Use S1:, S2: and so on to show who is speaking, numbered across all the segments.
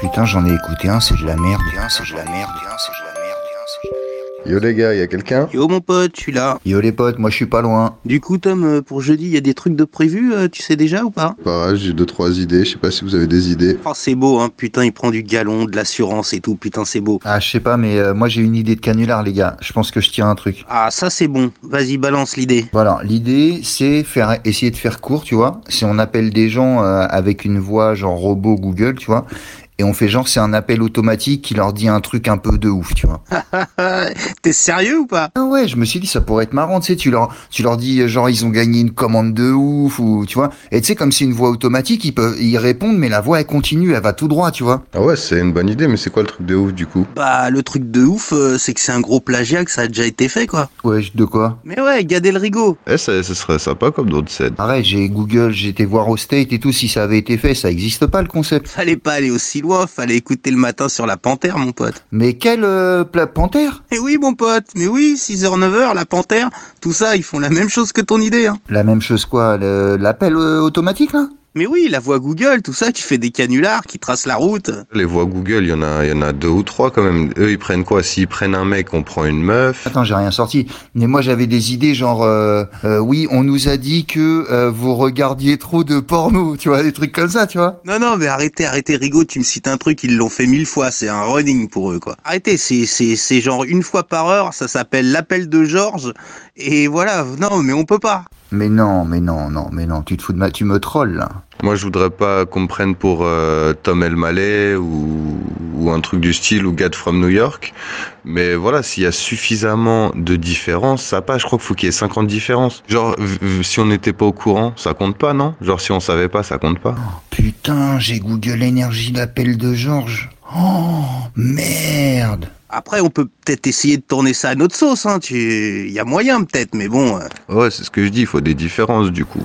S1: Putain, j'en ai écouté un, c'est de la merde.
S2: c'est de la merde, c'est de la merde, c'est de la merde.
S3: Yo les gars, y a quelqu'un
S4: Yo mon pote, je suis là.
S1: Yo les potes, moi je suis pas loin.
S4: Du coup Tom, euh, pour jeudi, il y a des trucs de prévus, euh, tu sais déjà ou pas
S3: Pareil, j'ai deux trois idées, je sais pas si vous avez des idées.
S4: Oh c'est beau hein, putain il prend du galon, de l'assurance et tout, putain c'est beau.
S1: Ah, je sais pas, mais euh, moi j'ai une idée de canular, les gars. Je pense que je tiens un truc.
S4: Ah ça c'est bon, vas-y balance l'idée.
S1: Voilà, l'idée c'est faire essayer de faire court, tu vois. Si on appelle des gens euh, avec une voix genre robot Google, tu vois, et on fait genre c'est un appel automatique qui leur dit un truc un peu de ouf, tu vois.
S4: T'es sérieux ou pas
S1: Ah ouais, je me suis dit ça pourrait être marrant, tu sais, tu leur tu leur dis euh, genre ils ont gagné une commande de ouf ou tu vois. Et tu sais comme c'est une voix automatique, ils peuvent ils répondent mais la voix elle continue, elle va tout droit, tu vois.
S3: Ah ouais, c'est une bonne idée, mais c'est quoi le truc de ouf du coup
S4: Bah le truc de ouf, euh, c'est que c'est un gros plagiat, que ça a déjà été fait quoi.
S1: Ouais, de quoi
S4: Mais ouais, Gad Elrigo.
S3: Eh, ça, ça serait sympa comme d'autres scènes.
S1: Arrête, j'ai Google, j'étais voir au state et tout si ça avait été fait, ça existe pas le concept.
S4: Fallait pas aller aussi loin, fallait écouter le matin sur la Panthère mon pote.
S1: Mais quelle euh, pla- panthère
S4: Eh oui mon pote, mais oui, 6h 9h la Panthère, tout ça, ils font la même chose que ton idée hein.
S1: La même chose quoi, le- l'appel euh, automatique là
S4: Mais oui, la voix Google, tout ça qui fait des canulars, qui trace la route.
S3: Les voix Google, il y en a, il y en a deux ou trois quand même. Eux, ils prennent quoi S'ils prennent un mec, on prend une meuf.
S1: Attends, j'ai rien sorti. Mais moi j'avais des idées genre euh, euh, oui, on nous a dit que euh, vous regardiez trop de porno, tu vois, des trucs comme ça, tu vois.
S4: Non, non, mais arrêtez, arrêtez, Rigaud, tu me cites un truc, ils l'ont fait mille fois, c'est un running pour eux, quoi. Arrêtez, c'est, c'est, c'est genre une fois par heure, ça s'appelle l'appel de Georges, et voilà, non, mais on peut pas.
S1: Mais non, mais non, non, mais non, tu te fous de ma tu me trolles là.
S3: Moi, je voudrais pas qu'on me prenne pour euh, Tom El Mallet ou, ou un truc du style ou Gad from New York. Mais voilà, s'il y a suffisamment de différences, ça passe. Je crois qu'il faut qu'il y ait 50 différences. Genre, v- v- si on n'était pas au courant, ça compte pas, non Genre, si on savait pas, ça compte pas.
S1: Putain, j'ai Google énergie l'appel de Georges. Oh, merde.
S4: Après, on peut peut-être essayer de tourner ça à notre sauce, hein, tu, y a moyen peut-être, mais bon, euh,
S3: Ouais, c'est ce que je dis. Il faut des différences du coup.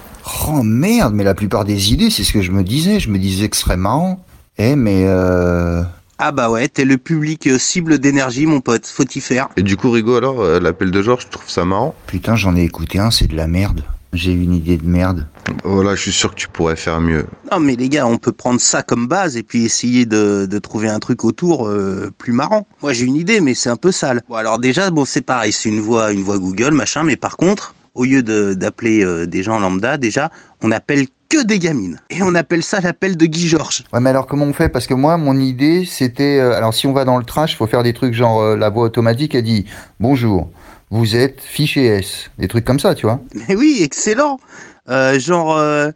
S1: Oh merde, mais la plupart des idées, c'est ce que je me disais. Je me disais que ce serait marrant. Eh, mais euh...
S4: ah bah ouais, t'es le public euh, cible d'énergie, mon pote, faut y faire.
S3: Et du coup, Rigo, alors, euh, l'appel de Georges, je trouve ça marrant.
S1: Putain, j'en ai écouté un, c'est de la merde. J'ai une idée de merde.
S3: Voilà, Oh je suis sûr que tu pourrais faire mieux.
S4: Non, mais les gars, on peut prendre ça comme base et puis essayer de, de trouver un truc autour euh, plus marrant. Moi, j'ai une idée, mais c'est un peu sale. Bon, alors déjà, bon, c'est pareil, c'est une voix, une voix Google, machin, mais par contre, au lieu de- d'appeler euh, des gens lambda, déjà, on appelle que des gamines. Et on appelle ça l'appel de Guy Georges.
S1: Ouais, mais alors comment on fait Parce que moi, mon idée, c'était... euh, alors si on va dans le trash, faut faire des trucs genre euh, la voix automatique, elle dit « Bonjour, vous êtes fiché S ». Des trucs comme ça, tu vois.
S4: Mais oui, excellent Euh, Genre, euh,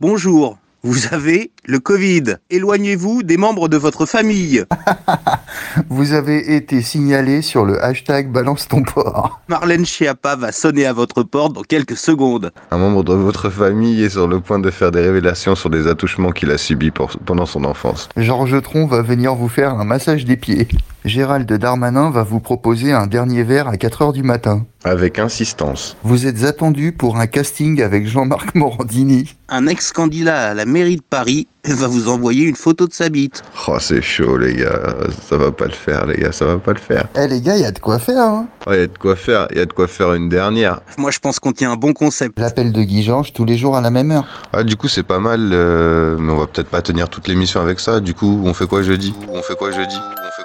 S4: bonjour, vous avez le Covid. Éloignez-vous des membres de votre famille.
S1: Vous avez été signalé sur le hashtag « Balance ton port
S4: Marlène Schiappa va sonner à votre porte dans quelques secondes.
S3: Un membre de votre famille est sur le point de faire des révélations sur des attouchements qu'il a subis pour- pendant son enfance. ».
S1: Georges Tron va venir vous faire un massage des pieds. Gérald Darmanin va vous proposer un dernier verre à 4 heures du matin.
S3: Avec insistance.
S1: Vous êtes attendu pour un casting avec Jean-Marc Morandini.
S4: un ex-candidat à la mairie de Paris va vous envoyer une photo de sa bite.
S3: Oh, c'est chaud, les gars. Ça va pas le faire, les gars. Ça va pas le faire.
S1: Eh les gars, il y a de quoi faire, hein
S3: Oh, y a de quoi faire. Y a de quoi faire une dernière.
S4: Moi, je pense qu'on tient un bon concept.
S1: L'appel de Guy Georges tous les jours à la même heure.
S3: Ah, du coup, c'est pas mal. euh, mais on va peut-être pas tenir toute l'émission avec ça. Du coup, on fait quoi jeudi On fait quoi jeudi On fait